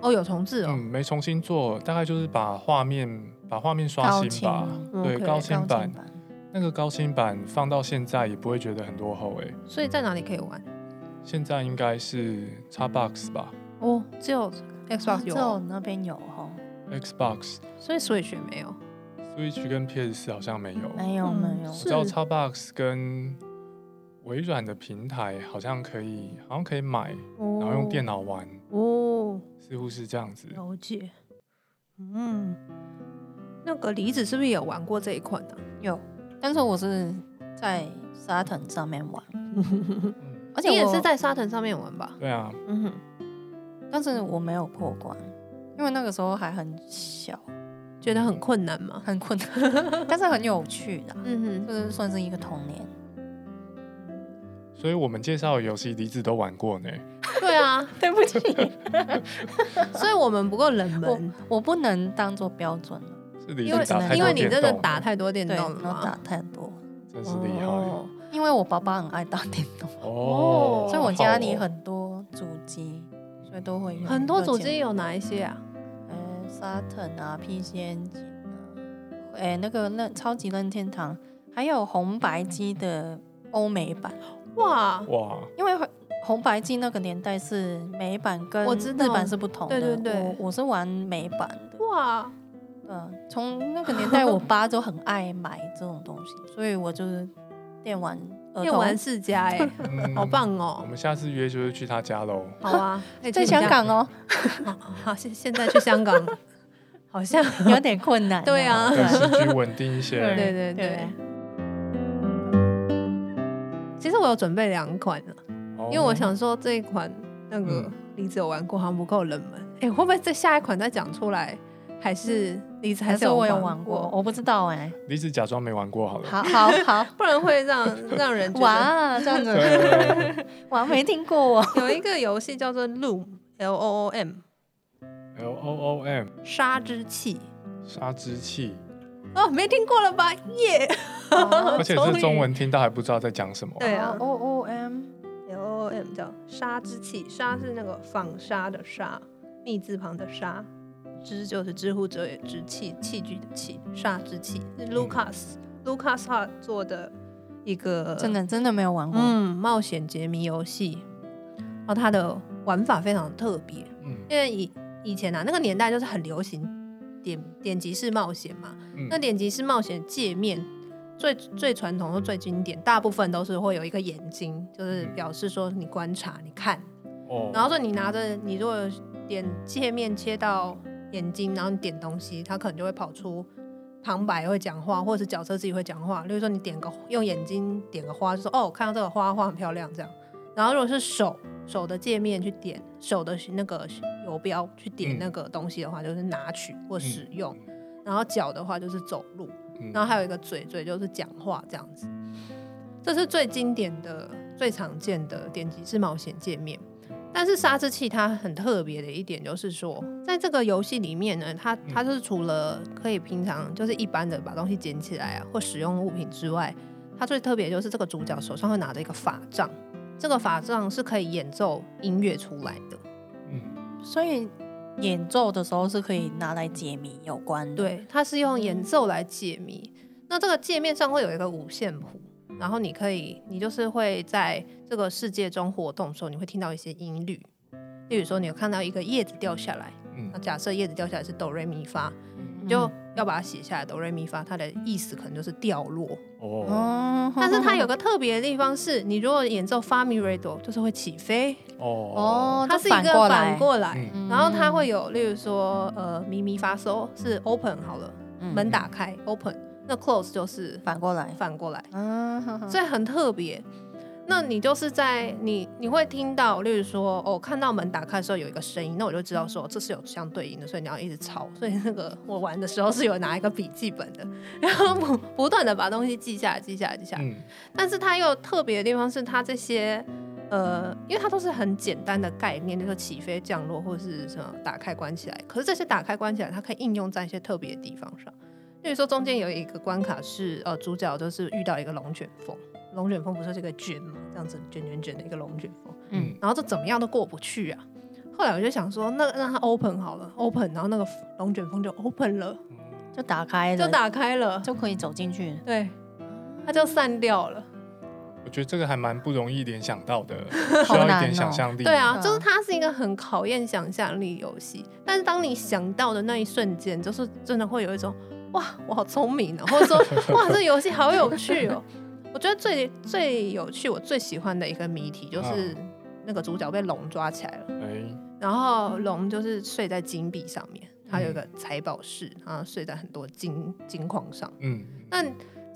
C: 哦，有重置
B: 嗯，
C: 哦，
B: 没重新做，大概就是把画面把画面刷
D: 高
B: 新吧，
C: 清
B: 嗯对，
C: 嗯 OK，
B: 高
C: 高
B: 清版
D: 版
B: 那个高清版放到现在也不会觉得很落后诶、欸
C: 所以在哪里可以玩？
B: 现在应该是 Xbox 吧
C: 哦，只有 Xbox 有
D: 只有
C: 哦，
D: 那边有哦，
B: ，Xbox、
C: 所以 Switch 也没有。
B: Switch 跟 PS 4好像没有，
D: 没有
C: 嗯
D: 没有，
B: 我知道
C: 是
B: Xbox 跟微软的平台好像可以，好像可以买，
C: 哦，
B: 然后用电脑玩，
C: 哦，
B: 似乎是这样子。
C: 了解。嗯，那个梨子是不是也玩过这一款啊呢、
D: 有，但是我是在沙腾上面玩，而且
C: 你也
D: 我
C: 是，在沙腾上面玩吧？
B: 对啊，
C: 嗯哼，
D: 但是我没有破关，因为那个时候还很小，
C: 觉得很困难吗？
D: 很困难， (laughs) 但是很有趣的，
C: 嗯
D: 就是算是一个童年。
B: 所以我们介绍的游戏，梨子都玩过呢。
C: 哼，对啊，
D: (laughs) 对不起，
C: (laughs) 所以我们不够冷门，
D: 我不能当做标准，
B: 是梨
C: 因
B: 子
C: 为
B: 打太多电动了，
C: 因为你真的打太多电
D: 对，
C: 动了
D: 然后打
C: 嘛，
D: 太多，
B: 真是厉害
C: 哦
D: 因为我爸爸很爱打电动，
C: 哦
B: 哦
D: 所以我家里很多主机，所以都会有
C: 哦很多主
D: 各
C: 机
D: 种，
C: 有哪一些啊？
D: 呃，沙腾啊，PC 엔진啊，哎，那个任超级任天堂，还有红白机的欧美版，
C: 哇，
B: 哦哇，
D: 因为红白机那个年代是美版跟
C: 我知道
D: 日版是不同的，
C: 对对对
D: 我我是玩美版的，
C: 哇，
D: 嗯，从那个年代，我爸就很爱买这种东西，所以我就是电玩儿
C: 电
D: 童。
C: 玩世家 (laughs) 哎、
B: 嗯
C: 好！棒
B: 我
C: 哦！
B: 们下次约就是去他家喽。
C: (laughs) 好啊，哎
D: 在香，港 (laughs) 哦，
C: 这个比较好，现现在去香港好像
D: 有点困 (laughs) 难。
C: 对啊
B: 哦对，时局稳定一
D: 对
B: 些。
C: (laughs) (laughs) 对对对
D: 对。
C: 其实我有准备两款啊，
B: 哦
C: 因为我，想说这一款那个
B: 嗯
C: 梨子有玩过，好像不够冷门。哎、会不会在下一款再讲出来？还是梨子嗯
D: 还
C: 还是
D: 是我有玩过，
C: 过？
D: 我不知道哎。
B: 梨子假装没玩过好了。
D: 好好 (laughs) 好，
C: 不然会 (laughs) 让让人觉得
D: 哇，这样子， (laughs)
B: 对
D: 哇，没听 (laughs) 过哦。
C: 有一个游戏叫做 Loom L O O M
B: (laughs) ，L O O M
C: 杀之气
B: 杀之气，
C: 哦，没听过了吧？耶、
D: 哦
B: 而且
C: 终于
B: 是中文听到还不知道在讲什么。
C: 对啊
D: ，O O 哦 M，
C: L O O M 叫杀之气，杀是那个纺纱的纱，密字旁的纱，之就是知乎者也之气，器具的器，杀之气是 Lucas、Lucas Hart 做的一个
D: 真的真的没有玩过。
C: 嗯冒险解谜游戏，然后它的玩法非常特别，
B: 嗯
C: 因为以以前啊那个年代就是很流行点点击式冒险嘛，
B: 嗯
C: 那点击式冒险界面最最传统和最经典，大部分都是会有一个眼睛，就是
B: 嗯
C: 表示说你观察、你看，
B: 哦
C: 然后说你拿着你如果点界面切到眼睛，然后你点东西，它可能就会跑出旁白会讲话，或者是角色自己会讲话。例如说你点个用眼睛点个花，就说哦，看到这个花花很漂亮这样。然后如果是手手的界面去点手的那个游标去点
B: 嗯
C: 那个东西的话，就是拿取或使用。然后脚的话就是走路，
B: 嗯
C: 然后还有一个嘴，嘴就是讲话这样子。这是最经典的、最常见的点击式冒险界面。但是杀之器它很特别的一点就是说，在这个游戏里面呢，它它就是除了可以平常就是一般的把东西捡起来啊，或使用物品之外，它最特别就是这个主角手上会拿着一个法杖，这个法杖是可以演奏音乐出来的。
B: 嗯
D: 所以演奏的时候是可以拿来解谜有关的。，
C: 对，它是用演奏来解谜。那这个界面上会有一个五线谱，然后你可以，你就是会在这个世界中活动的时候，你会听到一些音律。例如说，你有看到一个叶子掉下来，
B: 嗯
C: 那假设叶子掉下来是哆瑞咪发，
B: 嗯
C: 你就要把它写下来，哆瑞咪发，它的意思可能就是掉落。
B: 哦
D: 哦，
C: 但是它有个特别的地方是，你如果演奏发咪瑞哆，就是会起飞，
B: 哦
D: 哦，
C: 它
D: 它
C: 是一个反过来，
B: 嗯
D: 嗯
C: 然后它会有，例如说呃咪咪发嗦是 open 好了，
D: 嗯
C: 门打开 open，那 close 就是
D: 反过来，
C: 反过来，
D: 嗯，哼哼
C: 所以很特别。那你就是在你你会听到，例如说哦，看到门打开的时候有一个声音，那我就知道说这是有相对应的，所以你要一直抄。所以那个我玩的时候是有拿一个笔记本的，然后不不断的把东西记下来、记下来、记下来。
B: 嗯
C: 但是它又特别的地方是，它这些呃，因为它都是很简单的概念，就是起飞、降落或是什么打开、关起来。可是这些打开、关起来，它可以应用在一些特别的地方上。例如说，中间有一个关卡是呃，主角就是遇到一个龙卷风，龙卷风不是这个卷嘛，这样子卷卷卷的一个龙卷风，
B: 嗯
C: 然后这怎么样都过不去啊。后来我就想说，那让它 open 好了，open，然后那个龙卷风就 open 了，
B: 嗯
D: 就打开了，
C: 就打开了，
D: 就可以走进去。
C: 对，它就散掉了。
B: 我觉得这个还蛮不容易联想到
C: (laughs)
B: 的，需
D: 好
B: 要一
D: 难
B: 点
D: 哦
B: 想象力。
C: 对啊，
D: 嗯
C: 就是它是一个很考验想象力游戏，但是当你想到的那一瞬间，就是真的会有一种哇，我好聪明哦，或者说哇，这游戏好有趣哦。我觉得最最有趣，我最喜欢的一个谜题就是那个主角被龙抓起来了，
B: 哎，
C: 然后龙就是睡在金币上面，它有一个财宝室，然后睡在很多金金矿上。
B: 嗯，
C: 那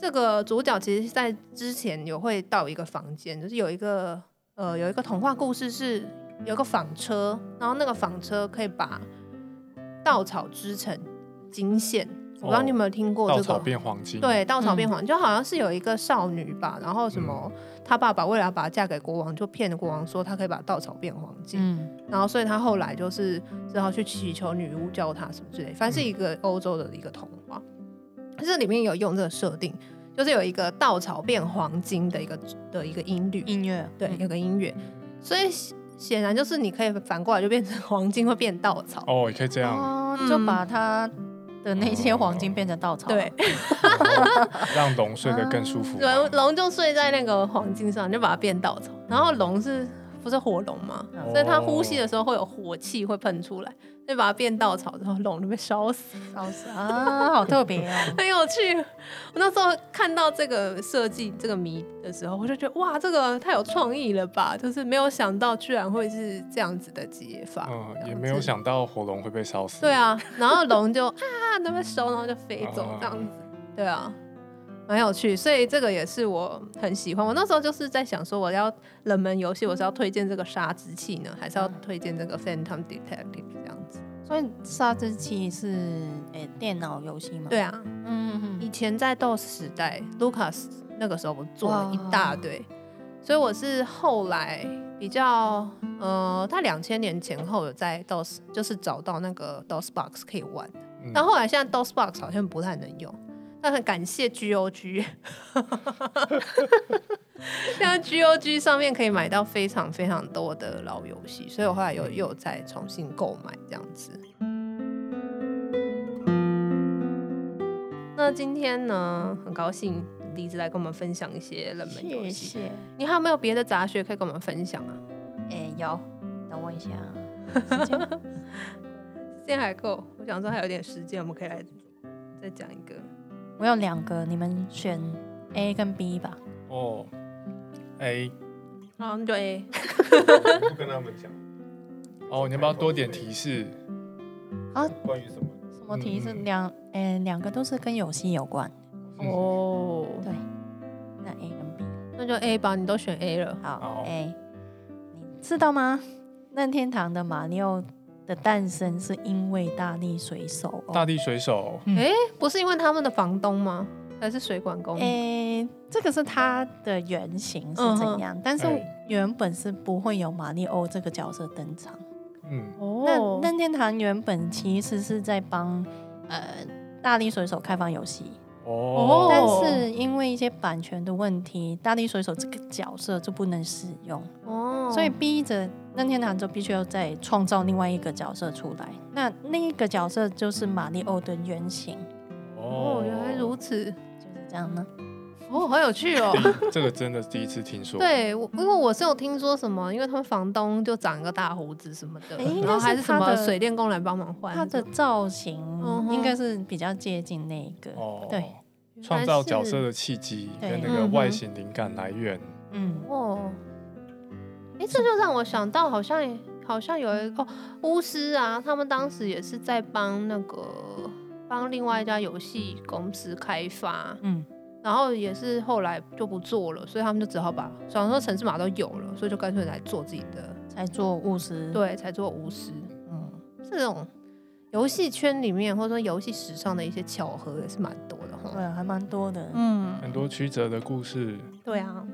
C: 这个主角其实，在之前有会到一个房间，就是有一个呃，有一个童话故事是有一个纺车，然后那个纺车可以把稻草织成金线。我不知道你有没有听过
B: 哦稻
C: 这
B: 草
C: 个？
B: 变黄金。
C: 对，稻草变黄，就好像是有一个少女吧，然后什么，
B: 嗯
C: 她爸爸为了要把她嫁给国王，就骗国王说她可以把稻草变黄金。
D: 嗯，
C: 然后所以他后来就是只好去祈求女巫教他什么之类，反
D: 嗯
C: 正是一个欧洲的一个童话，这里面有用这个设定，就是有一个稻草变黄金的一个的一个音律，
D: 音乐
C: 对，
D: 嗯
C: 有个音乐，所以显显然就是你可以反过来就变成 (laughs) 黄金会变稻草，
B: 哦，也可以这样，
D: 哦
C: 嗯，
D: 就把它的那些黄金变成稻草。
C: 对，，
B: (laughs) 让龙睡得更
C: (laughs)
B: 舒服嘛。
D: 哦
C: 龙龙就睡在那个黄金上，就把它变稻草，然后龙是不是火龙吗？所以它呼吸的时候会有火气会喷出来，就把它变稻草之后，龙就被烧死。
D: 烧死啊， (laughs) 好特别哦。
C: 很有趣。我那时候看到这个设计这个谜的时候，我就觉得哇，这个太有创意了吧！就是没有想到居然会是这样子的解法，
B: 嗯，
C: 这
B: 也
C: 样
B: 没有
C: 子。
B: 想到火龙会被烧死。
C: 啊对，啊，然后龙就啊，那么收，然后就飞走
B: 哦
C: 这样子。对啊，蛮有趣，所以这个也是我很喜欢。我那时候就是在想说，我要冷门游戏，我是要推荐这个杀之器呢，还是要推荐这个 Phantom Detective 这样子？
D: 所以杀之器是诶、电脑游戏吗？
C: 对，啊，
D: 嗯
C: 以前在 DOS 时代，Lucas 那个时候我做了一大堆，所以我是后来比较呃，在两千年前后有在 DOS 就是找到那个 DOS box 可以玩，
B: 嗯
C: 但后来现在 DOS box 好像不太能用。但很感谢 (laughs) GOG，现在 GOG 上面可以买到非常非常多的老游戏，所以我后来又又再重新购买这样子。那今天呢，很高兴李子来跟我们分享一些冷门游
D: 谢
C: 戏。
D: 谢。
C: 你还有没有别的杂学可以跟我们分享啊？
D: 诶、有，等我一下。
C: 时间还够，我想说还有点时间，我们可以来再讲一个。
D: 我有两个，你们选 A 跟 B 吧。
B: 哦，A，哎
C: 好，那就 A。
E: 不跟他们讲
B: 哦，你要不要多点提示？
D: 啊
E: 关于什么。
D: 什么题是
B: 嗯嗯
D: 两诶两个都是跟游戏有关。
B: 嗯
C: 哦，
D: 对，那 A 跟 B
C: 那就 A 吧，你都选 A 了。
D: 好、
B: 好
D: A，你知道吗？任天堂的马里奥的诞生是因为大力水手、哦。
B: 大地水手，
D: 嗯
C: 哎、不是因为他们的房东吗？还是水管工？
D: 诶、哎这个是它的原型是怎样？但是
B: 哎
D: 原本是不会有马里奥这个角色登场。
B: 嗯，
C: 哦
D: 那任天堂原本其实是在帮呃大力水手开发游戏，
B: 哦，
D: 但是因为一些版权的问题，大力水手这个角色就不能使用，
C: 哦
D: 所以逼着任天堂就必须要再创造另外一个角色出来。那那一个角色就是马里奥的原型，
B: 哦
C: 哦哦，原来如此。
D: 就是这样呢。
C: 哦，好有趣哦。
B: 第一这个真的第一次听说。
C: 对，我因为我是有听说什么，因为他们房东就长一个大胡子什么的，
D: 哎应该
C: 然后还
D: 是
C: 什
D: 他
C: 么
D: 的
C: 水电工来帮忙换
D: 它的造型
C: 嗯哼
D: 应该是比较接近那一个，
B: 哦，
D: 对，
B: 创造角色的契机
D: 对
B: 跟那个外形灵感来源，
D: 嗯，
C: 哦。哎，这就让我想到，好像也好像有一个、哦、巫师啊，他们当时也是在帮那个帮另外一家游戏公司开发，
D: 嗯，
C: 然后也是后来就不做了，所以他们就只好把想说城市码都有了，所以就干脆来做自己的，
D: 才做务实，，
C: 对，才做巫师。
D: 嗯，
C: 这种游戏圈里面，或者说游戏史上的一些巧合也是蛮多的哈。
D: 对，啊还蛮多的，
C: 嗯，
B: 很多曲折的故事。
C: 对啊。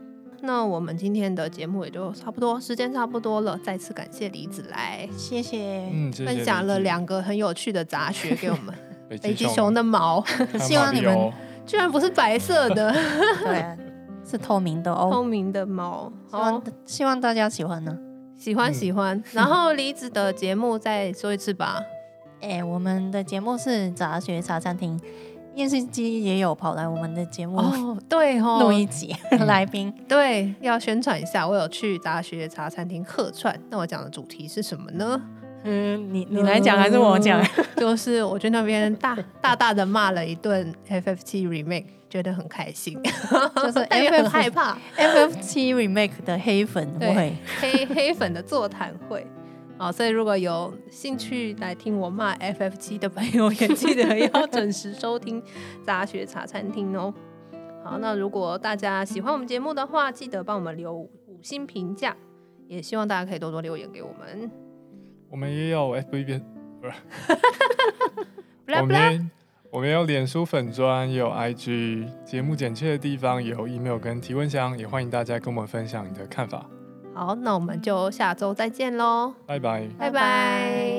C: 那我们今天的节目也就差不多，时间差不多了。再次感谢李子来
D: 谢谢， (laughs)
B: 嗯，谢谢
C: 分享了
B: 李子
C: 两个很有趣的杂学给我们。
B: 北
C: 北极
B: 极
C: 熊
B: 熊
C: 的毛
B: 还有
D: 希望
B: 马里
D: 你们
B: 欧
C: 居然不是白色的，
D: (laughs) 对啊，是透明的
C: 透
D: 哦，
C: 明的毛。
D: 希
C: 好
D: 望，希望大家喜欢呢。
C: 喜欢喜欢。 (laughs) 然后李子的节目再说一次吧。
D: 哎、我们的节目是杂学茶餐厅，电视机也有跑来我们的节目
C: 哦，对哦，
D: 录一 (laughs) 集、来宾，
C: 对，要宣传一下，我有去大学茶餐厅客串。那我讲的主题是什么 (laughs) 呢？
D: 嗯，你你来讲还是我讲？
C: 就是我去那边大大大的骂了一顿 FF 七 remake，觉得很开 (laughs) 心，
D: (laughs) 就是 (laughs)
C: 但也哎很害
D: FF
C: 怕。
D: FF 七 remake 的黑粉
C: 对
D: 会，
C: 黑 (laughs) 黑粉的座谈会。好，所以如果有兴趣来听我骂 FF 七的朋友，也记得要准时收听杂学茶餐厅哦。好，那如果大家喜欢我们节目的话，记得帮我们留五五星评价，也希望大家可以多多留言给我们。
B: 我们也有 FB 边，
C: blah
B: 我
C: blah
B: 们我们有脸书粉砖，也有 IG，节目简介的地方也有 email 跟提问箱，也欢迎大家跟我们分享你的看法。
C: 好，那我们就下周再见喽，
B: 拜拜。
C: 拜拜